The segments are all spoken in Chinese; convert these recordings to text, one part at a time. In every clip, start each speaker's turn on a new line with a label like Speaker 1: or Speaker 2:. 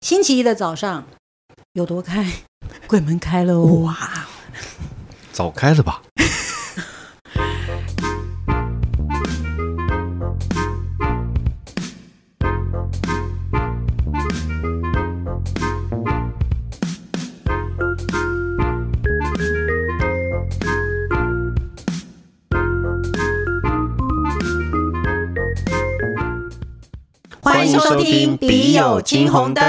Speaker 1: 星期一的早上有多开， 鬼门开了哦！哇，
Speaker 2: 早开了吧？
Speaker 1: 欢迎收听《笔友青红灯》。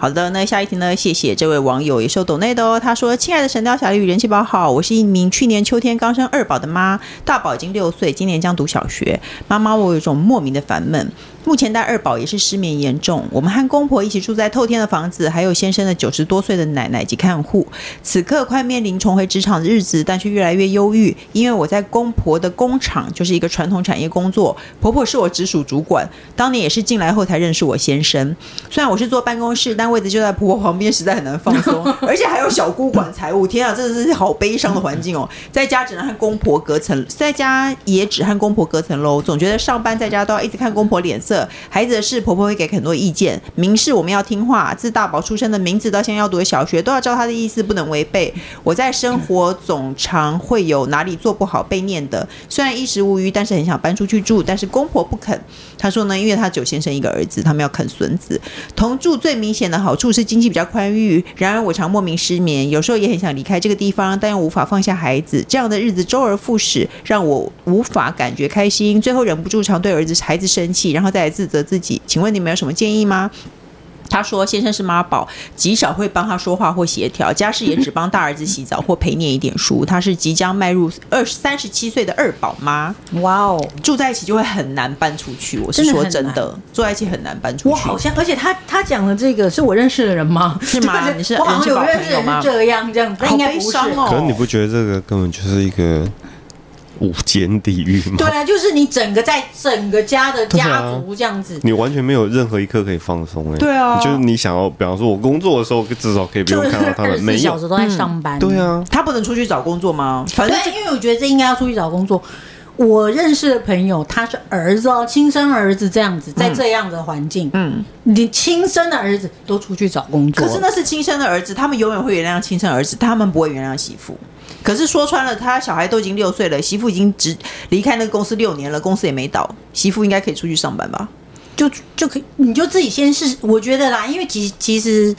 Speaker 3: 好的，那下一题呢？谢谢这位网友也收抖内的哦。他说：“亲爱的《神雕侠侣》人气宝好，我是一名去年秋天刚生二宝的妈，大宝已经六岁，今年将读小学。妈妈，我有一种莫名的烦闷。目前带二宝也是失眠严重，我们和公婆一起住在透天的房子，还有先生的九十多岁的奶奶及看护。此刻快面临重回职场的日子，但却越来越忧郁，因为我在公婆的工厂就是一个传统产业工作，婆婆是我直属主管，当年也是进来后才认识我先生。虽然我是坐办公室，但位置就在婆婆旁边，实在很难放松，而且还有小姑管财务，天啊，真的是好悲伤的环境哦。在家只能和公婆隔层，在家也只和公婆隔层楼，总觉得上班在家都要一直看公婆脸色，孩子的事婆婆会给很多意见，明示我们要听话。自大宝出生的名字到现在要读的小学，都要照他的意思，不能违背。我在生活总常会有哪里做不好被念的，虽然衣食无余，但是很想搬出去住，但是公婆不肯。她说呢，因为她只有先生一个儿子，他们要啃孙子。同住最明显的好处是经济比较宽裕，然而我常莫名失眠，有时候也很想离开这个地方，但又无法放下孩子。这样的日子周而复始，让我无法感觉开心，最后忍不住常对儿子、孩子生气，然后再来自责自己。请问你们有什么建议吗？他说：“先生是妈宝，极少会帮他说话或协调，家事也只帮大儿子洗澡或陪念一点书。他是即将迈入二三十七岁的二宝妈，
Speaker 1: 哇哦！
Speaker 3: 住在一起就会很难搬出去。我是说真
Speaker 1: 真
Speaker 3: 的，
Speaker 1: 的很
Speaker 3: 住在一起很难搬出
Speaker 1: 我
Speaker 3: 去。
Speaker 1: 好像，而且他他讲的这个是我认识的人吗？
Speaker 3: 是吗
Speaker 1: 就是
Speaker 3: 你是
Speaker 1: 我好像有认
Speaker 3: 人
Speaker 1: 识
Speaker 3: 是
Speaker 1: 人
Speaker 3: 好朋友吗
Speaker 1: 是这样这样，但应该不
Speaker 3: 好悲
Speaker 1: 是。
Speaker 3: 伤哦
Speaker 2: 可是你不觉得这个根本就是一个无间地狱吗？
Speaker 1: 对啊，就是你整个在整个家的
Speaker 2: 对啊
Speaker 1: 家族这样子，
Speaker 2: 你完全没有任何一刻可以放松哎、
Speaker 3: 对啊
Speaker 2: 你就是你想要，比方说我工作的时候，至少可以不
Speaker 1: 就
Speaker 2: 用
Speaker 1: 是嗯
Speaker 2: 看到他
Speaker 1: 二
Speaker 2: 们，
Speaker 1: 十四
Speaker 2: 没
Speaker 1: 小
Speaker 2: 有。
Speaker 1: 时都在上班。
Speaker 2: 对啊，
Speaker 3: 他不能出去找工作吗？反正
Speaker 1: 对，因为我觉得这应该要出去找工作。我认识的朋友，他是儿子哦，亲生儿子这样子，在这样的环境，嗯，你亲生的儿子都出去找工作
Speaker 3: 可
Speaker 1: 了，
Speaker 3: 是那是亲生的儿子，他们永远会原谅亲生儿子，他们不会原谅媳妇。可是说穿了，他小孩都已经六岁了，媳妇已经只离开那个公司六年了，公司也没倒，媳妇应该可以出去上班吧？
Speaker 1: 就就可以，你就自己先试。我觉得啦，因为其其实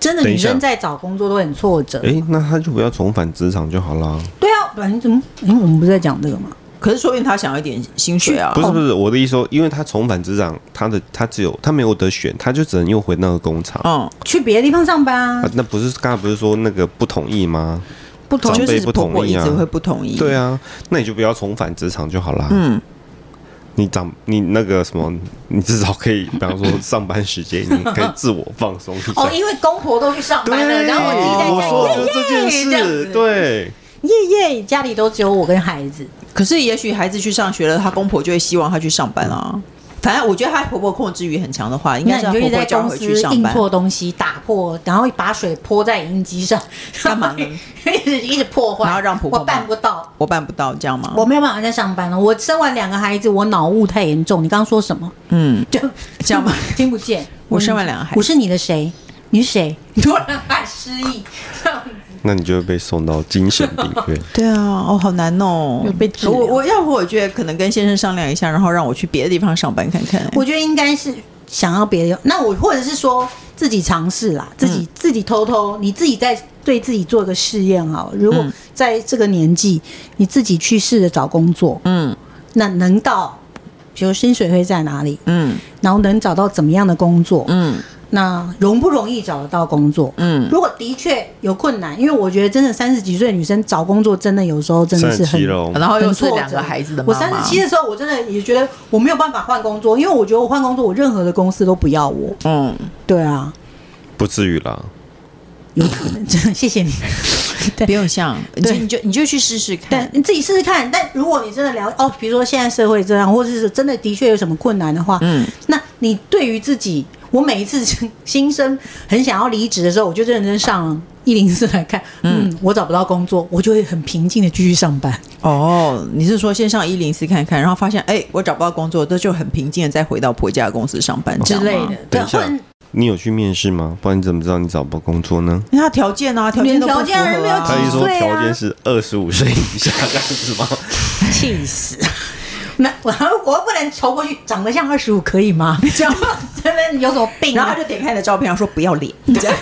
Speaker 1: 真的
Speaker 2: 等一
Speaker 1: 女
Speaker 2: 下
Speaker 1: 生在找工作都很挫折。
Speaker 2: 哎、那他就不要重返职场就好啦。
Speaker 1: 对啊，反正怎么？哎、我们不是在讲这个吗？
Speaker 3: 可是说不定他想要一点薪水啊
Speaker 1: 哦
Speaker 2: 不。是不是，我的意思说，因为他重返职场，他的他只有他没有得选，他就只能又回那个工
Speaker 1: 哦
Speaker 2: 厂。
Speaker 3: 嗯，
Speaker 1: 去别的地方上班啊，
Speaker 2: 啊，那不是刚才不是说那个不同意吗？
Speaker 1: 不同
Speaker 2: 长
Speaker 3: 就
Speaker 2: 辈
Speaker 3: 是
Speaker 2: 不
Speaker 3: 婆
Speaker 2: 同
Speaker 3: 婆一
Speaker 2: 意啊
Speaker 3: 直会不同意。
Speaker 2: 对啊，那你就不要重返职场就好啦。
Speaker 3: 嗯，
Speaker 2: 你长你那个什么，你至少可以，比方说上班时间，你可以自我放松一下。
Speaker 1: 哦，因为公婆都去上班了，
Speaker 2: 对，
Speaker 1: 然后我自己在
Speaker 2: 我说
Speaker 1: 家
Speaker 2: 的
Speaker 1: 里
Speaker 2: 就是这件
Speaker 1: 耶耶这样子
Speaker 2: 事，对，
Speaker 1: 夜夜家里都只有我跟孩子。
Speaker 3: 可是也许孩子去上学了，她公婆就会希望她去上班啊。反正我觉得她婆婆控制欲很强的话，应
Speaker 1: 那
Speaker 3: 该是
Speaker 1: 你就
Speaker 3: 要婆
Speaker 1: 一直
Speaker 3: 婆
Speaker 1: 在
Speaker 3: 叫她
Speaker 1: 公
Speaker 3: 回
Speaker 1: 司
Speaker 3: 去上
Speaker 1: 印
Speaker 3: 班。
Speaker 1: 错东西，打破，然后把水泼在影印机上，
Speaker 3: 干嘛 呢
Speaker 1: 一直一直破坏，
Speaker 3: 然后让婆婆
Speaker 1: 我办不到，
Speaker 3: 我办不到这样吗？
Speaker 1: 我没有办法再上班了。我生完两个孩子，我脑雾太严重。你刚刚说什么？
Speaker 3: 嗯，
Speaker 1: 就
Speaker 3: 这样吧，
Speaker 1: 听不见。
Speaker 3: 我生完两个孩子
Speaker 1: 我是你的谁？你是谁？突 然喊失忆，这样子
Speaker 2: 那你就会被送到精神病院。
Speaker 3: 对啊，哦，好难哦
Speaker 1: 有被治疗
Speaker 3: 我我要不我觉得可能跟先生商量一下，然后让我去别的地方上班看看、
Speaker 1: 我觉得应该是想要别的。那我或者是说自己尝试
Speaker 3: 嗯
Speaker 1: 啦，自己、自己偷偷，你自己再对自己做个试验好了。如果
Speaker 3: 嗯
Speaker 1: 在这个年纪，你自己去试着找工作，
Speaker 3: 嗯
Speaker 1: 那能到，比如薪水会在哪里，
Speaker 3: 嗯
Speaker 1: 然后能找到怎么样的工作，
Speaker 3: 嗯
Speaker 1: 那容不容易找得到工作？
Speaker 3: 嗯，
Speaker 1: 如果的确有困难，因为我觉得真的三十几岁的女生找工作，真的有时候 真的
Speaker 2: 三
Speaker 1: 是
Speaker 2: 十
Speaker 1: 很
Speaker 2: 七喽，
Speaker 3: 然后又
Speaker 1: 很
Speaker 3: 是
Speaker 1: 挫折
Speaker 3: 两个孩子的妈妈。
Speaker 1: 我三十七，的时候，我真的也觉得我没有办法换工作，因为我觉得我换工作，我任何的公司都不要我。
Speaker 3: 嗯，
Speaker 1: 对啊，
Speaker 2: 不至于啦。
Speaker 1: 有可能真的 谢谢你。
Speaker 3: 不用想，你就
Speaker 1: 对
Speaker 3: 你就你就去试试
Speaker 1: 但
Speaker 3: 看。
Speaker 1: 你自己试试看。但如果你真的了哦，比如说现在社会这样，或者是真的的确有什么困难的话，
Speaker 3: 嗯，
Speaker 1: 那你对于自己，我每一次新生很想要离职的时候，我就认真上一零四来看，嗯，我找不到工作，我就会很平静的继续上班。
Speaker 3: 哦，你是说先上一零四看看，然后发现哎，我找不到工作，这就很平静的再回到婆家的公司上班
Speaker 1: 之类的，对，
Speaker 2: 等一下
Speaker 1: 或者
Speaker 2: 你有去面试吗？不然你怎么知道你找不到工作呢？
Speaker 1: 哦
Speaker 3: 因为他条件啊，条件都不符合、啊、
Speaker 1: 连条件人没有
Speaker 2: 他一
Speaker 1: 几
Speaker 2: 说
Speaker 1: 岁啊
Speaker 2: 条件是二十五岁以下，这样子吗？
Speaker 1: 气死！那 我我又不能投过去，长得像二十五可以 吗？这样这边有什么病、啊？
Speaker 3: 然后他就点开你的照片，然后说不要脸，这样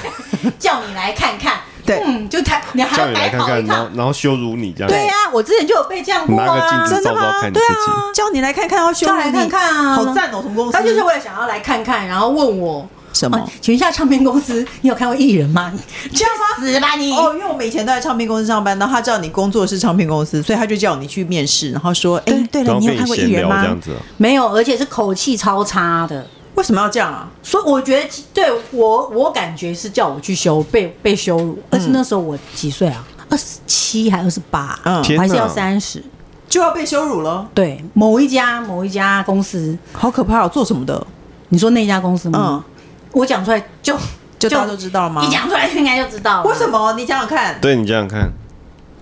Speaker 1: 叫你来看看，
Speaker 3: 对
Speaker 1: 嗯，就他你 还
Speaker 2: 叫
Speaker 1: 要
Speaker 2: 你来
Speaker 1: 白
Speaker 2: 看
Speaker 1: 跑
Speaker 2: 看，
Speaker 1: 一
Speaker 2: 然后
Speaker 1: 趟，
Speaker 2: 然后羞辱你这样，
Speaker 1: 对啊呀、我之前就有被这样过
Speaker 2: 拿个镜
Speaker 1: 啊，
Speaker 2: 子照照看你自己。
Speaker 3: 叫你来看看，要修
Speaker 1: 叫来看看啊，
Speaker 3: 好赞哦，什么公司？
Speaker 1: 他就是为了想要来看看，然后问我
Speaker 3: 什么
Speaker 1: 啊请问一下，唱片公司你有看过艺人吗？这样吗？死吧你！
Speaker 3: 哦，因为我们以前都在唱片公司上班，然后他知道你工作是唱片公司，所以他就叫你去面试，然后说：“哎、对了，
Speaker 2: 然后
Speaker 3: 你
Speaker 2: 跟
Speaker 3: 有
Speaker 2: 你
Speaker 3: 看过
Speaker 2: 闲
Speaker 3: 艺人
Speaker 2: 聊这
Speaker 3: 吗
Speaker 2: 样子啊，
Speaker 1: 没有，而且是口气超差的。？”
Speaker 3: 为什么要这样啊？
Speaker 1: 所以我觉得，对我我感觉是叫我去羞被被羞辱，而是那时候我几岁啊？二十七还二十八？
Speaker 3: 嗯
Speaker 1: 我还是
Speaker 2: 天哪
Speaker 1: 要三十。
Speaker 3: 就要被羞辱了，
Speaker 1: 对，某一家某一家公司，
Speaker 3: 好可怕、哦！做什么的？
Speaker 1: 你说那家公司
Speaker 3: 嗯
Speaker 1: 吗？，我讲出来就
Speaker 3: 就大家都知道吗
Speaker 1: 一？讲出来应该就知道了
Speaker 3: 为什？么？你想想看。
Speaker 2: 对你这样看，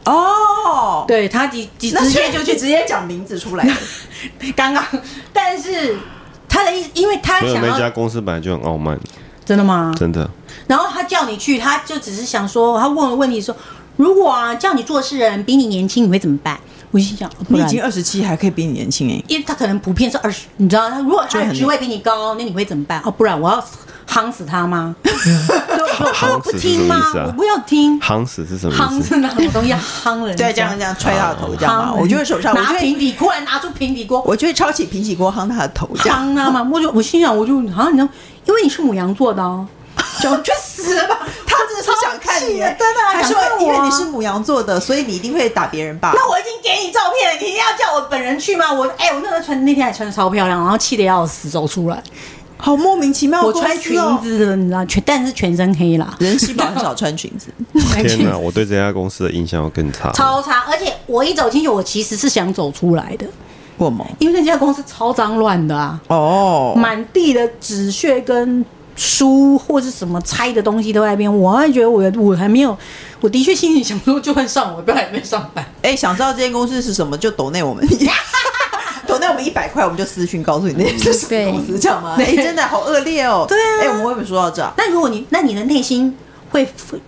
Speaker 3: 哦，
Speaker 1: 对他几几
Speaker 3: 那
Speaker 1: 直
Speaker 3: 所以
Speaker 1: 接就
Speaker 3: 你
Speaker 1: 去
Speaker 3: 直接讲名字出来的。
Speaker 1: 刚刚，但是他的意，因为他
Speaker 2: 没有
Speaker 1: 想
Speaker 2: 那
Speaker 1: 要嗯
Speaker 2: 家公司本来就很傲慢，
Speaker 1: 真的吗？
Speaker 2: 真的。
Speaker 1: 然后他叫你去，他就只是想说，他问了问题说，如果啊叫你做事的人比你年轻，你会怎么办？我心想，不
Speaker 3: 你已
Speaker 1: 然
Speaker 3: 经二十七，还可以比你年轻哎。
Speaker 1: 因为他可能普遍是二十，你知道，他如果
Speaker 3: 就
Speaker 1: 他
Speaker 3: 很
Speaker 1: 的职位比你高，那你会怎么办？哦，不然我要夯死他吗？他
Speaker 2: 夯
Speaker 1: 我不
Speaker 2: 死是
Speaker 1: 听
Speaker 2: 什
Speaker 1: 吗
Speaker 2: 么意思？
Speaker 1: 我
Speaker 2: 啊？
Speaker 1: 不要听，
Speaker 2: 夯死是什么意
Speaker 1: 夯
Speaker 2: 思？
Speaker 1: 是拿什么东西夯人家？
Speaker 3: 对，这样这样踹他的头，这样
Speaker 1: 夯
Speaker 3: 吗？
Speaker 1: 人，
Speaker 3: 我就会手上，我就
Speaker 1: 拿
Speaker 3: 会
Speaker 1: 平底锅，来拿出平底锅，
Speaker 3: 我就会抄起平起锅夯他的头，这样。
Speaker 1: 夯他嘛。我就我心想，我就好像你知道，因为你是母羊座的哦，
Speaker 3: 就去死吧！他真的是想看你，
Speaker 1: 超气的真的啊
Speaker 3: 还说
Speaker 1: 想看
Speaker 3: 因
Speaker 1: 我啊
Speaker 3: 为你是母羊座的，所以你一定会打别人吧？
Speaker 1: 那我已经给你照片了，你一定要叫我本人去吗？我哎、我那时候穿那天还穿的超漂亮，然后气得要死，走出来，
Speaker 3: 好哦莫名其妙，
Speaker 1: 我穿裙，子的，你知道，全但是全身黑啦，
Speaker 3: 人是吧？很少穿裙子，
Speaker 2: 天哪，我对这家公司的印象要更差。
Speaker 1: 超差。而且我一走进去，我其实是想走出来的，
Speaker 3: 我吗？
Speaker 1: 因为那家公司超脏乱的啊，
Speaker 3: 哦，
Speaker 1: 满地的纸屑跟。书或是什么拆的东西都在那边，我还觉得我我还没有，我的确心里想说，就算上我，不然也没上班。
Speaker 3: 哎，想知道这间公司是什么，就抖内我们。 抖内我们一百块，我们就私讯告诉你那是什么公司，这样吗？哎，真的好恶劣哦！
Speaker 1: 对啊
Speaker 3: 哎，我们会不会说到这啊？
Speaker 1: 那如果你那你的内心会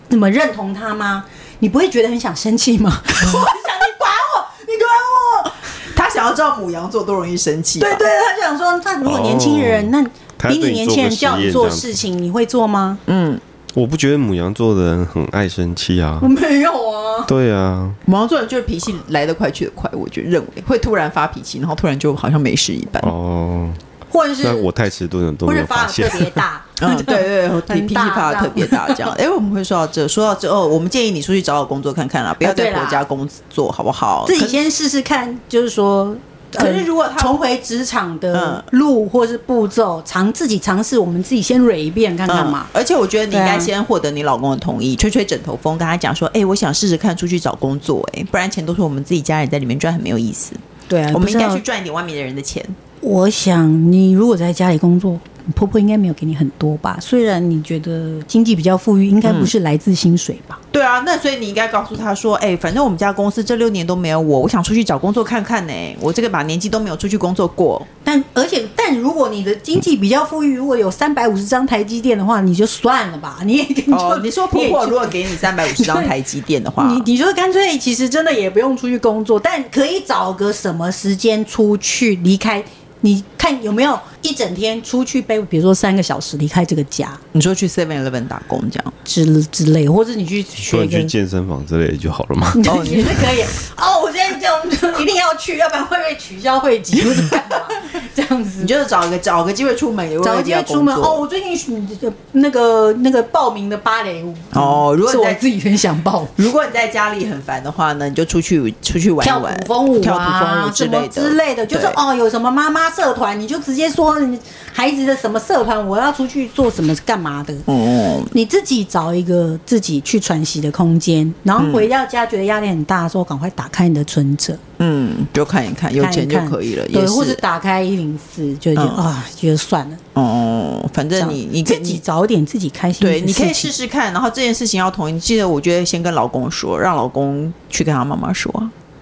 Speaker 1: 怎么认同他吗？你不会觉得很想生气吗？我 想你管我，你管我。
Speaker 3: 他想要知道母羊座多容易生气吧，
Speaker 1: 对对，他就想说，那如果年轻人，
Speaker 2: 哦
Speaker 1: 那
Speaker 2: 他要
Speaker 1: 比
Speaker 2: 对
Speaker 1: 你年
Speaker 2: 你做
Speaker 1: 轻
Speaker 2: 个
Speaker 1: 人叫
Speaker 2: 实
Speaker 1: 你
Speaker 2: 验
Speaker 1: 做
Speaker 2: 这样
Speaker 1: 事情，你会做吗？
Speaker 3: 嗯，
Speaker 2: 我不觉得母羊座的人很爱生气啊。
Speaker 1: 没有啊，
Speaker 2: 对啊，
Speaker 3: 母羊座人就是脾气来得快去得快，我觉得认为会突然发脾气，然后突然就好像没事一般。，
Speaker 2: 哦，
Speaker 1: 或者是
Speaker 2: 那我太迟钝了，都
Speaker 1: 或
Speaker 2: 没
Speaker 1: 者
Speaker 2: 有
Speaker 1: 发
Speaker 2: 发
Speaker 1: 的
Speaker 2: 现。
Speaker 1: 特别大
Speaker 3: 嗯，对对，我脾
Speaker 1: 很
Speaker 3: 脾气
Speaker 1: 大
Speaker 3: 发的
Speaker 1: 这样
Speaker 3: 特别大， 这样。哎，我们会说到这，说到这哦，我们建议你出去找找工作看看啦，不要
Speaker 1: 啊对
Speaker 3: 在
Speaker 1: 啦
Speaker 3: 国家工作，好不好？
Speaker 1: 自己
Speaker 3: 可
Speaker 1: 先试试看，就是说。呃
Speaker 3: 可是如果他
Speaker 1: 重回职场的路或是步骤，尝自己尝试，我们自己先蕊一遍看看嘛
Speaker 3: 嗯。而且我觉得你应
Speaker 1: 对
Speaker 3: 该
Speaker 1: 啊
Speaker 3: 先获得你老公的同意，吹吹枕头风，跟他讲说，哎、我想试试看出去找工作、哎，不然钱都是我们自己家人在里面赚，很没有意思。
Speaker 1: 对啊，
Speaker 3: 我
Speaker 1: 不
Speaker 3: 们
Speaker 1: 知
Speaker 3: 应该
Speaker 1: 道
Speaker 3: 去赚一点外面的人的钱。
Speaker 1: 我想，你如果在家里工作，你婆婆应该没有给你很多吧？虽然你觉得经济比较富裕，应该不是
Speaker 3: 嗯
Speaker 1: 来自薪水吧？
Speaker 3: 对啊，那所以你应该告诉他说，哎、反正我们家公司这六年都没有我，我想出去找工作看看呢、我这个把年纪都没有出去工作过，
Speaker 1: 但而且，但如果你的经济比较富裕，如果有三百五十张台积电的话，你就算了吧，你也跟
Speaker 3: 哦，你说婆婆如果给你三百五十张台积电的 话，
Speaker 1: 你你就干脆其实真的也不用出去工作，但可以找个什么时间出去离开。你看有没有一整天出去背，比如说三个小时离开这个家
Speaker 3: 你说去 Seven Eleven 打工这样，
Speaker 1: 之之类，或者你去学
Speaker 2: 说
Speaker 1: 一
Speaker 2: 你
Speaker 1: 个
Speaker 2: 去健身房之类的就好了嘛。
Speaker 1: 哦
Speaker 3: 哦，
Speaker 1: 你是可以哦。我现在就就一定要去，要不然会被取消会籍或者干嘛 这样子
Speaker 3: 你。就是找个找个机会出门，也会
Speaker 1: 找
Speaker 3: 为
Speaker 1: 个
Speaker 3: 了
Speaker 1: 机会
Speaker 3: 要
Speaker 1: 出门
Speaker 3: 工作
Speaker 1: 哦，我最近选那个那个报名的芭蕾舞
Speaker 3: 哦如果
Speaker 1: 嗯是
Speaker 3: 你在
Speaker 1: 我自己很想报。
Speaker 3: 如果你在家里很烦的话呢，你就出去出去玩一
Speaker 1: 跳
Speaker 3: 玩，
Speaker 1: 土风舞啊，
Speaker 3: 跳土风舞之
Speaker 1: 什么
Speaker 3: 类的
Speaker 1: 之类的，就是
Speaker 3: 对
Speaker 1: 哦，有什么妈妈社团，你就直接说你孩子的什么社团，我要出去做什么干嘛的，
Speaker 3: 嗯，
Speaker 1: 你自己找一个自己去喘息的空间，然后回到家觉得压力很大的时候，赶快打开你的存折，
Speaker 3: 嗯，就看一看，有
Speaker 1: 看一
Speaker 3: 钱就
Speaker 1: 看
Speaker 3: 可以了，
Speaker 1: 对，
Speaker 3: 也
Speaker 1: 或者
Speaker 3: 是，
Speaker 1: 打开一零四，就觉得
Speaker 3: 嗯
Speaker 1: 啊，觉得算了，
Speaker 3: 哦，反
Speaker 1: 这
Speaker 3: 正
Speaker 1: 样
Speaker 3: 你你
Speaker 1: 自己。找点自己开
Speaker 3: 你
Speaker 1: 心的
Speaker 3: 对，
Speaker 1: 事情。
Speaker 3: 你可以试试看，然后这件事情要同意。记得，我觉得先跟老公说，让老公去跟他妈妈说，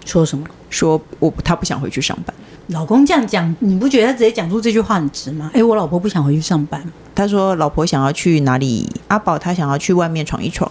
Speaker 1: 说什么？
Speaker 3: 说我不他不想回去上班。
Speaker 1: 老公这样讲，你不觉得他直接讲出这句话很直吗？哎，我老婆不想回去上班，
Speaker 3: 他说老婆想要去哪里，阿宝他想要去外面闯一 闯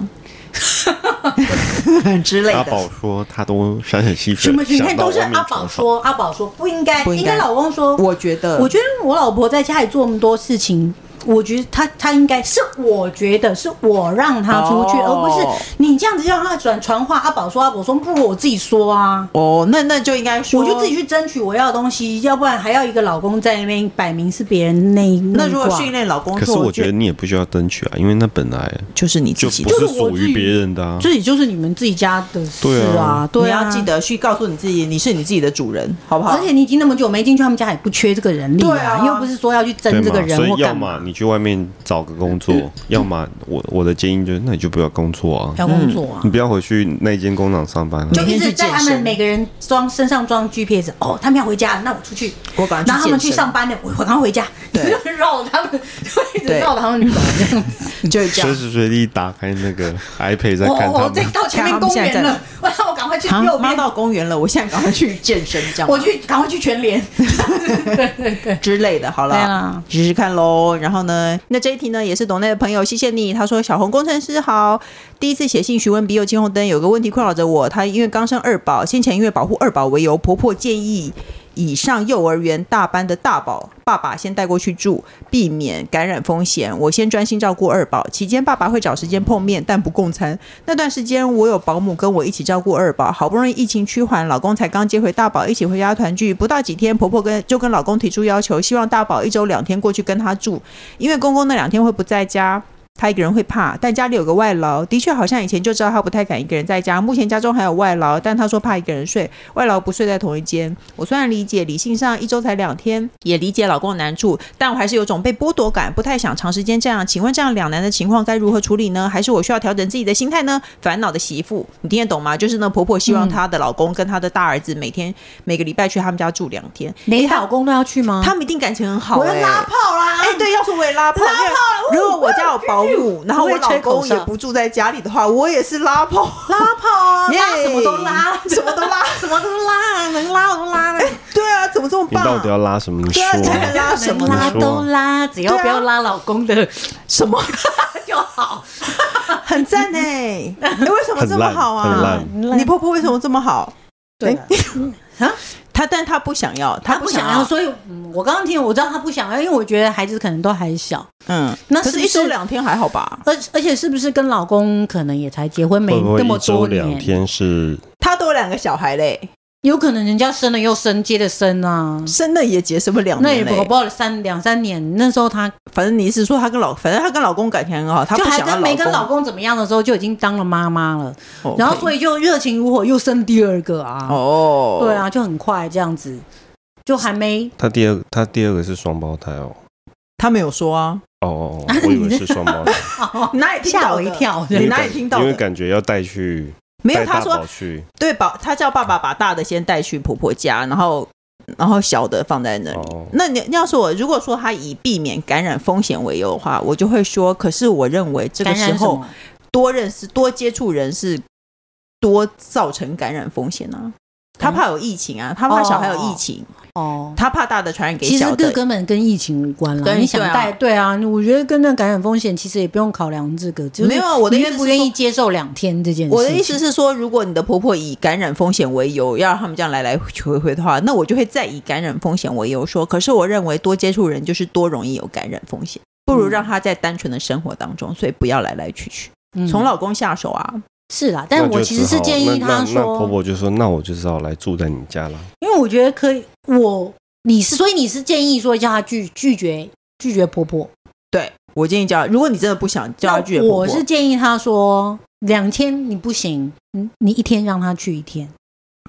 Speaker 3: 之类
Speaker 2: 阿
Speaker 3: 的。
Speaker 2: 宝说他都山水溪
Speaker 1: 什
Speaker 2: 水
Speaker 1: 么？，你看
Speaker 2: 想到
Speaker 1: 都是
Speaker 2: 外面
Speaker 1: 阿宝
Speaker 2: 闯闯
Speaker 1: 说，阿宝说不应该，
Speaker 3: 不应该
Speaker 1: 该老公说。
Speaker 3: 我觉得，
Speaker 1: 我觉得我老婆在家里做那么多事情，我觉得她她应该是我觉得是我让她出去，
Speaker 3: 哦
Speaker 1: 而不是你这样子让她转传话。阿宝说，阿宝说不如我自己说啊。
Speaker 3: 哦，那那就应该说，
Speaker 1: 我就自己。去争取我要的东西，要不然还要一个老公在那边摆明是别人那一
Speaker 3: 那
Speaker 1: 一
Speaker 3: 如果
Speaker 1: 挂
Speaker 3: 训练老公
Speaker 2: 可是
Speaker 3: 做，
Speaker 2: 我觉得你也不需要争取啊，因为那本来
Speaker 3: 就是你
Speaker 2: 就
Speaker 3: 自己
Speaker 2: 不
Speaker 3: 的。
Speaker 2: 是
Speaker 1: 就是我
Speaker 2: 属
Speaker 1: 自
Speaker 2: 于
Speaker 1: 己
Speaker 2: 别人的啊。
Speaker 1: 这也就是你们自己家的事
Speaker 2: 对
Speaker 1: 啊
Speaker 2: 啊，
Speaker 1: 对
Speaker 3: 你
Speaker 1: 啊，
Speaker 3: 要记。得去告诉你自己，你是你自己的主人，好不好？
Speaker 1: 而且你已经那么久没进去，他们家也不缺这个人力
Speaker 3: 对啊
Speaker 1: 又不是说要去
Speaker 2: 对
Speaker 1: 争这个
Speaker 2: 嘛，
Speaker 1: 人
Speaker 2: 所以
Speaker 1: 或
Speaker 2: 要
Speaker 1: 干
Speaker 2: 么
Speaker 1: 嘛，
Speaker 2: 你去外面找个工作，要么我我的建议就是，那你就不要工作啊，
Speaker 1: 嗯要工作啊
Speaker 3: 嗯
Speaker 2: 你。不要回去那间工厂上班了、啊
Speaker 1: 就
Speaker 3: 每
Speaker 1: 一
Speaker 3: 天去
Speaker 1: 直在
Speaker 3: 健
Speaker 1: 他们
Speaker 3: 身
Speaker 1: 每个人装身上装 GPS，哦，他们要回家了，那我出去，
Speaker 3: 我赶快去
Speaker 1: 然后他们
Speaker 3: 健
Speaker 1: 去
Speaker 3: 身
Speaker 1: 上班了，我我赶快回家，
Speaker 3: 对，
Speaker 1: 绕着他们，就一直
Speaker 3: 对
Speaker 1: 绕着他们走这样子。
Speaker 3: 就是这
Speaker 2: 随
Speaker 3: 样。
Speaker 2: 时随地打开那 个 iPad 在
Speaker 1: 我
Speaker 2: 看
Speaker 1: 我
Speaker 2: 他
Speaker 1: 我这
Speaker 2: 们。
Speaker 1: 到前面
Speaker 3: 看他们
Speaker 1: 公
Speaker 3: 现在
Speaker 1: 园
Speaker 3: 在
Speaker 1: 了，我让我赶快去
Speaker 3: 好
Speaker 1: 右
Speaker 3: 妈
Speaker 1: 边，
Speaker 3: 到公园了，我现在赶快去健身，这样
Speaker 1: 我去赶快去全联。对对对。
Speaker 3: 之类的，好了，
Speaker 1: 对啦
Speaker 3: 试试看喽。然后呢，那这一题呢也是懂内的朋友，谢谢你。他说：“小红工程师好，第一次写信询问笔友金红灯，有个问题困扰着我。他因为刚生二宝，先前因为保护二宝为由，婆婆建议以上幼儿园大班的大宝爸爸先带过去住，避免感染风险。我先专心照顾二宝，期间爸爸会找时间碰面，但不共餐。那段时间我有保姆跟我一起照顾二宝，好不容易疫情趋缓，老公才刚接回大宝，一起回家团聚。不到几天，婆婆跟就跟老公提出要求，希望大宝一周两天过去跟他住，因为公公那两天会不在家。他一个人会怕，但家里有个外劳，的确好像以前就知道他不太敢一个人在家。目前家中还有外劳，但他说怕一个人睡，外劳不睡在同一间。我虽然理解理性上一周才两天，也理解老公的难处，但我还是有种被剥夺感，不太想长时间这样。请问这样两难的情况该如何处理呢？还是我需要调整自己的心态呢？烦恼的媳妇，你听得懂吗？就是呢，婆婆希望她的老公跟她的大儿子每天每个礼拜去他们家住两天，
Speaker 1: 连
Speaker 3: 诶她
Speaker 1: 老公都要去吗？
Speaker 3: 他们一定感情很好、
Speaker 1: 我
Speaker 3: 欸。
Speaker 1: 要拉炮啦！
Speaker 3: 哎、对，要是我也拉炮，
Speaker 1: 拉炮
Speaker 3: 因为如果我家有保姆，然后我老公也不住在家里的话，我也是拉炮，
Speaker 1: 拉炮 啊，
Speaker 3: 耶
Speaker 1: 拉什么都拉，
Speaker 3: 什么都拉
Speaker 1: 什么都拉，能拉我都拉了。
Speaker 3: 对啊，怎么这么
Speaker 2: 你到
Speaker 3: 棒
Speaker 2: 底？要拉什么？你
Speaker 3: 对啊，
Speaker 2: 说、
Speaker 3: 才 能拉什么
Speaker 1: 能拉
Speaker 3: 呢？
Speaker 2: 说
Speaker 1: 都拉，只要不要拉老公的什么 就好。
Speaker 3: 很赞 哎、你为什么这么好
Speaker 2: 很
Speaker 3: 啊
Speaker 2: 烂？
Speaker 1: 很烂
Speaker 3: 你婆婆为什么这么好？
Speaker 1: 对
Speaker 3: 哎， 她但她不想要，她
Speaker 1: 他不
Speaker 3: 想啊
Speaker 1: 想要，所以嗯我刚刚听我知道他不想要，啊因为我觉得孩子可能都还小，
Speaker 3: 嗯，
Speaker 1: 那
Speaker 3: 可
Speaker 1: 是
Speaker 3: 是
Speaker 1: 不
Speaker 3: 一周
Speaker 1: 是
Speaker 3: 两天还好吧？
Speaker 1: 而而且是不是跟老公可能也才结婚没
Speaker 2: 会不会
Speaker 1: 那么
Speaker 2: 一周
Speaker 1: 多
Speaker 2: 两
Speaker 1: 年，
Speaker 2: 天是
Speaker 3: 她都有两个小孩嘞，
Speaker 1: 有可能人家生了又生，接着生啊。
Speaker 3: 生了也结什么两
Speaker 1: 那也
Speaker 3: 年嘞欸
Speaker 1: 搞？不好三两三年，那时候她
Speaker 3: 反正你是说她跟老，反正她跟老公感情很好，她
Speaker 1: 就
Speaker 3: 不
Speaker 1: 还
Speaker 3: 想要
Speaker 1: 跟没跟老
Speaker 3: 老
Speaker 1: 公怎么样的时候，就已经当了妈妈了。
Speaker 3: 公，
Speaker 1: 然后所
Speaker 3: 以
Speaker 1: 以就热情如火，又生第二个啊。
Speaker 3: 哦，
Speaker 1: 对，啊，就很快这样子，就还没
Speaker 2: 他第二他第二个是双胞胎哦？
Speaker 3: 她没有说啊，
Speaker 2: 哦哦 哦，我以为是双胞胎，
Speaker 1: 哦，
Speaker 3: 哪里听
Speaker 1: 吓
Speaker 3: 到
Speaker 1: 我
Speaker 3: 的
Speaker 1: 一？跳。
Speaker 3: 你
Speaker 2: 因为
Speaker 3: 哪里
Speaker 2: 感
Speaker 3: 听到的
Speaker 2: 因为感觉要带去
Speaker 3: 没有，
Speaker 2: 带
Speaker 3: 他
Speaker 2: 大
Speaker 3: 说
Speaker 2: 宝去
Speaker 3: 对，把他叫爸爸把大的先带去婆婆家，然后然后小的放在那里。
Speaker 2: 哦，
Speaker 3: 那你要是我，如果说他以避免感染风险为由的话，我就会说，可是我认为这个
Speaker 1: 感染
Speaker 3: 时
Speaker 1: 什
Speaker 3: 候
Speaker 1: 么？
Speaker 3: 多认识、多接触人是多造成感染风险啊。他怕有疫情啊，他怕小孩有疫情，
Speaker 1: 哦，
Speaker 3: 他怕大的传染给
Speaker 1: 其实
Speaker 3: 小
Speaker 1: 这
Speaker 3: 的。
Speaker 1: 根本跟疫情无关了。
Speaker 3: 跟
Speaker 1: 你想
Speaker 3: 对啊
Speaker 1: 带对啊，我觉得跟那感染风险其实也不用考量这个，就是
Speaker 3: 没有啊我的
Speaker 1: 你
Speaker 3: 意思
Speaker 1: 愿不
Speaker 3: 是
Speaker 1: 愿
Speaker 3: 说
Speaker 1: 意接受两天这件事情。
Speaker 3: 我的意思嗯是说，如果你的婆婆以感染风险为由，要让他们这样来来回回的话，那我就会再以感染风险为由说。可是我认为多接触人就是多容易有感染风险，不如让她在单纯的生活当中，所以不要来来去去，
Speaker 1: 嗯
Speaker 3: 从老公下手啊。
Speaker 1: 是啦，但
Speaker 2: 那就
Speaker 1: 我其实
Speaker 2: 只
Speaker 1: 是
Speaker 2: 好
Speaker 1: 建议
Speaker 2: 那那
Speaker 1: 他
Speaker 2: 那婆
Speaker 1: 说，
Speaker 2: 婆就说，那我就只好来住在你家了。
Speaker 1: 因为我觉得可以，我你是所以你是建议说叫他拒拒绝拒绝婆婆，
Speaker 3: 对我建议叫，如果你真的不想叫她拒绝
Speaker 1: 那
Speaker 3: 婆婆，
Speaker 1: 我是建议他说两天你不行，嗯，你一天让他去一天。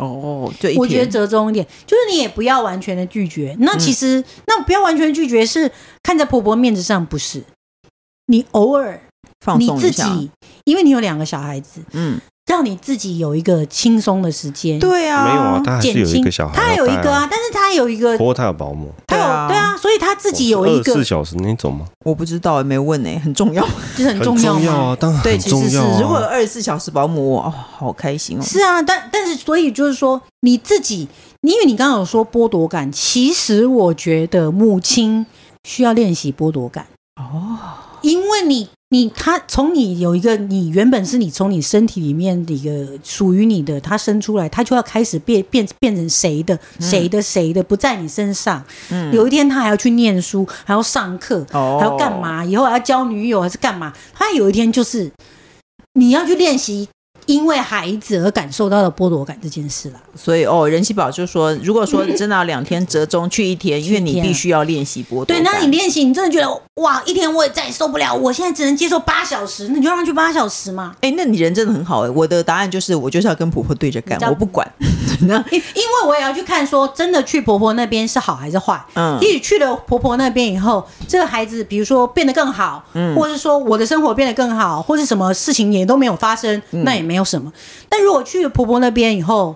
Speaker 3: 哦，对，
Speaker 1: 我觉得折中一点，就是你也不要完全的拒绝。那其实、
Speaker 3: 嗯
Speaker 1: 那不要完全拒绝是看在婆婆面子上，不是？你偶尔
Speaker 3: 放
Speaker 1: 你
Speaker 3: 松
Speaker 1: 自
Speaker 3: 一下，
Speaker 1: 己，因为你有两个小孩子，
Speaker 3: 嗯，
Speaker 1: 让你自己有一个轻松的时间，
Speaker 3: 对啊，
Speaker 2: 没有啊，他还是
Speaker 1: 减
Speaker 2: 有一
Speaker 1: 轻
Speaker 2: 个小孩要带啊，
Speaker 1: 他有一个啊，但是他有一
Speaker 3: 呃
Speaker 1: 个，
Speaker 2: 不过他有保姆，
Speaker 1: 他有
Speaker 3: 对啊
Speaker 1: 对啊，所以他自己有一
Speaker 2: 二十
Speaker 1: 个
Speaker 2: 四，小时那种吗？
Speaker 3: 我不知道，没问呢、很重要。
Speaker 1: 这很重要
Speaker 2: 很
Speaker 1: 吗？
Speaker 2: 啊，当然
Speaker 3: 对，
Speaker 2: 很
Speaker 3: 其实
Speaker 2: 重
Speaker 3: 是
Speaker 2: 要啊。
Speaker 3: 如果有二十四小时保姆，哦，好开心哦。
Speaker 1: 是啊，但但是所以就是说，你自己因为你刚刚有说剥夺感，其实我觉得母亲需要练习剥夺感哦，因为你你他从你有一个你原本是你从你身体里面的一个属于你的，他生出来，他就要开始变变变成谁的谁的谁的，不在你身上。
Speaker 3: 嗯
Speaker 1: 有一天他还要去念书，还要上课，
Speaker 3: 哦
Speaker 1: 还要干？嘛？以后还要交女友还是干嘛？他有一天就是你要去练习，因为孩子而感受到的剥夺感这件事啦。
Speaker 3: 所以哦，人气宝就说，如果说真的要两天折中嗯去一天，因为
Speaker 1: 去一
Speaker 3: 你
Speaker 1: 天
Speaker 3: 必须要练习波
Speaker 1: 对，那你练习，你真的觉得哇，一天我也再也受不了，我现在只能接受八小时，那你就让他去八小时嘛。
Speaker 3: 哎、那你人真的很好哎、我的答案就是，我就是要跟婆婆对着干
Speaker 1: 你知，道
Speaker 3: 我不管。
Speaker 1: 因因为我也要去看说，真的去婆婆那边是好还是坏。
Speaker 3: 嗯
Speaker 1: 也许去了婆婆那边以后，这个孩子比如说变得更好，
Speaker 3: 嗯
Speaker 1: 或者是说我的生活变得更好，或是什么事情也都没有发生，
Speaker 3: 嗯
Speaker 1: 那也没有什么。但如果去了婆婆那边以后，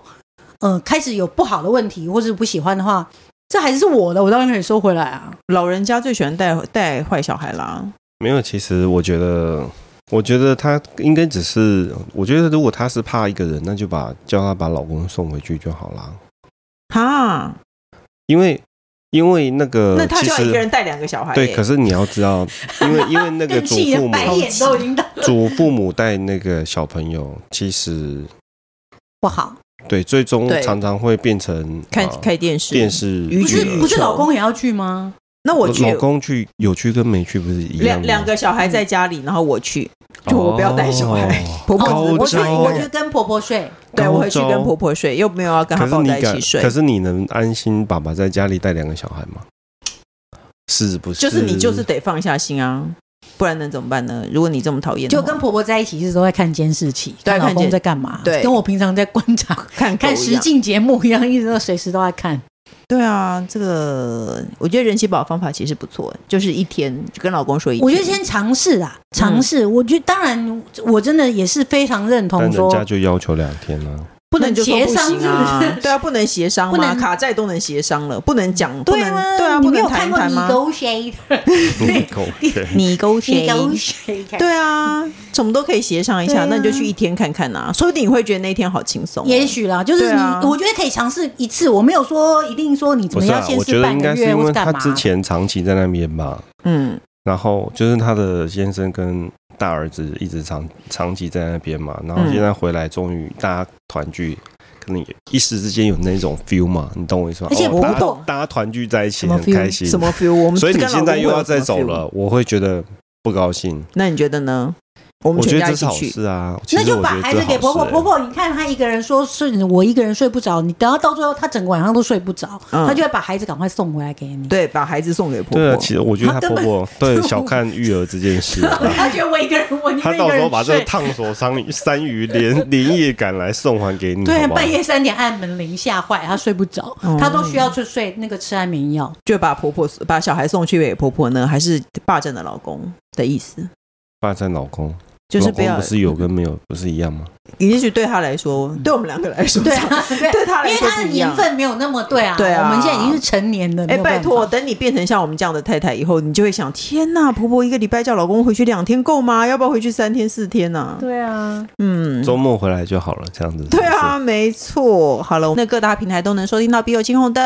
Speaker 1: 呃，开始有不好的问题或是不喜欢的话，这孩子是我的，我当然可以收回来啊。
Speaker 3: 老人家最喜欢带带坏小孩啦。
Speaker 2: 没有，其实我觉得，我觉得她应该只是，我觉得如果她是怕一个人，那就把叫她把老公送回去就好啦。
Speaker 3: 哈，
Speaker 2: 因为因为那个，
Speaker 3: 那他
Speaker 2: 嗯其
Speaker 3: 就要
Speaker 2: 实
Speaker 3: 一个人带两个小孩、欸
Speaker 2: 对，可
Speaker 3: 是
Speaker 2: 是你要知道，因为因为那 个
Speaker 1: 更
Speaker 2: 祖
Speaker 1: 气
Speaker 2: 父
Speaker 1: 人，
Speaker 2: 母
Speaker 1: 白眼都已经到
Speaker 2: 祖父母带那个小朋友，其实
Speaker 1: 不好，
Speaker 2: 对，最终
Speaker 3: 对
Speaker 2: 常常会变成
Speaker 3: 看、
Speaker 2: 呃
Speaker 3: 看电视，
Speaker 2: 电视
Speaker 3: 娱
Speaker 1: 不
Speaker 2: 剧
Speaker 1: 是
Speaker 3: 乐
Speaker 2: 了
Speaker 1: 不是老公也要去吗？
Speaker 3: 那我去
Speaker 2: 老公去有去跟没去不是一样
Speaker 3: 两
Speaker 2: 吗？
Speaker 3: 两个小孩在家
Speaker 2: 嗯
Speaker 3: 里，然后我去，就我不要带小孩，
Speaker 2: 哦
Speaker 3: 婆婆
Speaker 2: 高
Speaker 3: 只能
Speaker 1: 我
Speaker 3: 我
Speaker 1: 去我
Speaker 2: 招
Speaker 3: 去
Speaker 1: 去跟婆婆睡，
Speaker 3: 对，
Speaker 2: 高
Speaker 3: 我回去
Speaker 2: 招
Speaker 3: 跟婆婆睡，又没有要跟
Speaker 2: 可
Speaker 3: 她
Speaker 2: 是
Speaker 3: 抱
Speaker 2: 你
Speaker 3: 在一
Speaker 2: 敢
Speaker 3: 起睡
Speaker 2: 可，是你能安心爸爸在家里带两个小孩吗？是不是？
Speaker 3: 就是你就是得放下心啊，不然能怎么办呢？如果你这么讨厌的
Speaker 1: 就
Speaker 3: 话，
Speaker 1: 跟婆婆在一起，一直都在看监视器，
Speaker 3: 对
Speaker 1: 看老
Speaker 3: 看
Speaker 1: 公
Speaker 3: 监
Speaker 1: 在干嘛，
Speaker 3: 对
Speaker 1: 跟我平常在观 察、
Speaker 3: 看狗
Speaker 1: 看
Speaker 3: 一
Speaker 1: 实
Speaker 3: 样
Speaker 1: 境节目一样，一直都随时都在看。
Speaker 3: 对啊，这个我觉得人气宝方法其实不错，就是一天就跟老公说一天，
Speaker 1: 我觉得先尝试啊，
Speaker 3: 嗯
Speaker 1: 尝试。我觉得当然，我真的也是非常认
Speaker 2: 但
Speaker 1: 同
Speaker 2: 人
Speaker 1: 说
Speaker 2: 家就要求两天啊了、
Speaker 3: 不能就说
Speaker 1: 协
Speaker 3: 不
Speaker 1: 商
Speaker 3: 行啊，
Speaker 1: 是不是
Speaker 3: 对啊，不能协商
Speaker 1: 不
Speaker 3: 嘛，
Speaker 1: 能
Speaker 3: 卡债都能协商了，不能讲，不
Speaker 1: 对
Speaker 3: 能
Speaker 1: 啊，
Speaker 3: 对啊，
Speaker 1: 你
Speaker 3: 不
Speaker 1: 没有
Speaker 3: 能
Speaker 1: 看
Speaker 3: 谈一
Speaker 1: 过
Speaker 3: 谈吗？
Speaker 1: negotiator，
Speaker 2: 狗血
Speaker 3: 你勾谁？
Speaker 1: negotiator，
Speaker 3: 对啊，什么都可以协商一
Speaker 1: 对
Speaker 3: 下，
Speaker 1: 啊
Speaker 3: 那你就去一天看看啊，说不定你会觉得那一天好轻松哦、
Speaker 1: 也许啦，就是
Speaker 3: 对
Speaker 1: 你，
Speaker 3: 啊
Speaker 1: 我觉得可以尝试一次。我没有说一定说你怎
Speaker 2: 不
Speaker 1: 么
Speaker 2: 是
Speaker 1: 样
Speaker 2: 啊？
Speaker 1: 先
Speaker 2: 我觉
Speaker 1: 试
Speaker 2: 得
Speaker 1: 半
Speaker 2: 应
Speaker 1: 个
Speaker 2: 该是
Speaker 1: 月
Speaker 2: 因
Speaker 1: 或
Speaker 2: 为
Speaker 1: 是干
Speaker 2: 他
Speaker 1: 嘛。
Speaker 2: 之前长期在那边吧，
Speaker 3: 嗯，
Speaker 2: 然后就是他的先生跟大儿子一直长长期在那边嘛，然后
Speaker 3: 嗯
Speaker 2: 现在回来终于大家团聚，可能一时之间有那种 feel 嘛，你懂我意思吗？
Speaker 1: 而且
Speaker 2: 哦、大
Speaker 1: 不
Speaker 2: 家
Speaker 1: 过
Speaker 2: 大家团聚在一起
Speaker 3: 什么
Speaker 2: 很
Speaker 3: feel？
Speaker 2: 开心，
Speaker 3: 什么 feel？我们
Speaker 2: 所以你
Speaker 3: 跟老
Speaker 2: 现在
Speaker 3: 公
Speaker 2: 又
Speaker 3: 会
Speaker 2: 要
Speaker 3: 有
Speaker 2: 再
Speaker 3: 什么
Speaker 2: 走
Speaker 3: feel
Speaker 2: 了，，我会觉得不高兴。
Speaker 3: 那你觉得呢？我们
Speaker 2: 我
Speaker 3: 全
Speaker 2: 觉
Speaker 3: 家
Speaker 2: 得
Speaker 3: 一
Speaker 2: 这是
Speaker 3: 起
Speaker 2: 好
Speaker 3: 去，
Speaker 2: 事啊，其
Speaker 1: 那
Speaker 2: 实
Speaker 1: 就
Speaker 2: 我
Speaker 1: 把
Speaker 2: 觉得
Speaker 1: 孩
Speaker 2: 这
Speaker 1: 子
Speaker 2: 好
Speaker 1: 给婆婆，
Speaker 2: 事欸
Speaker 1: 婆婆，你看她一个人说是我一个人睡不着，你等到到最后她整个晚上都睡不着，
Speaker 3: 嗯
Speaker 1: 她就会把孩子赶快送回来给你。
Speaker 3: 对，把孩子送给婆婆。
Speaker 2: 对啊，其实我觉得她
Speaker 1: 她根
Speaker 2: 婆
Speaker 1: 本
Speaker 2: 婆对小看育儿这件事 啊，
Speaker 1: 她觉得我一个人，我宁
Speaker 2: 她
Speaker 1: 愿一
Speaker 2: 到
Speaker 1: 个
Speaker 2: 时候
Speaker 1: 人
Speaker 2: 把这个
Speaker 1: 睡。
Speaker 2: 烫手山山芋连 连夜赶来送还给你，
Speaker 1: 对，
Speaker 2: 好不好
Speaker 1: 半夜三点按门铃吓坏，她睡不着，她都需要去睡那个吃安眠药。
Speaker 3: 就把婆婆把小孩送去给婆婆呢，还是霸占的老公的意思？
Speaker 2: 霸占老公，
Speaker 3: 就是
Speaker 2: 老
Speaker 3: 不
Speaker 2: 公
Speaker 3: 要，
Speaker 2: 不是有跟没有不是一样吗？
Speaker 3: 也许对他来说，对我们两个来说，
Speaker 1: 对啊，
Speaker 3: 对他来
Speaker 1: 因为
Speaker 3: 说
Speaker 1: 她
Speaker 3: 不
Speaker 1: 的
Speaker 3: 一样
Speaker 1: 年。份没有那么对啊。
Speaker 3: 对啊
Speaker 1: 我们现在已经是成年了。
Speaker 3: 哎，
Speaker 1: 没有
Speaker 3: 拜
Speaker 1: 办法
Speaker 3: 托，，等你变成像我们这样的太太以后，你就会想：天呐，婆婆一个礼拜叫老公回去两天够吗？要不要回去三天四天呢、
Speaker 1: 对啊，
Speaker 3: 嗯，
Speaker 2: 周末回来就好了，这样子。
Speaker 3: 对啊，，没错。好了，那各大平台都能收听到《笔友青红灯》。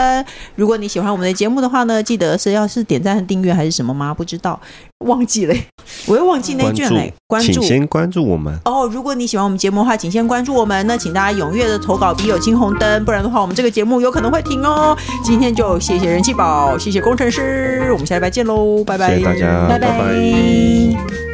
Speaker 3: 如果你喜欢我们的节目的话呢，记得是要是点赞、订阅还是什么吗？不知道，忘记了，我又忘记那
Speaker 2: 关
Speaker 3: 句了。关
Speaker 2: 请
Speaker 3: 注。
Speaker 2: 先关注我们，
Speaker 3: 哦，如果你喜欢我们节目的话，请先关注我们。那请大家踊跃的投稿《笔友青红灯》，不然的话，我们这个节目有可能会停哦。今天就谢谢人气宝，谢谢工程师，我们下礼拜见喽，拜拜，
Speaker 2: 谢谢大家，
Speaker 1: 拜拜
Speaker 2: 拜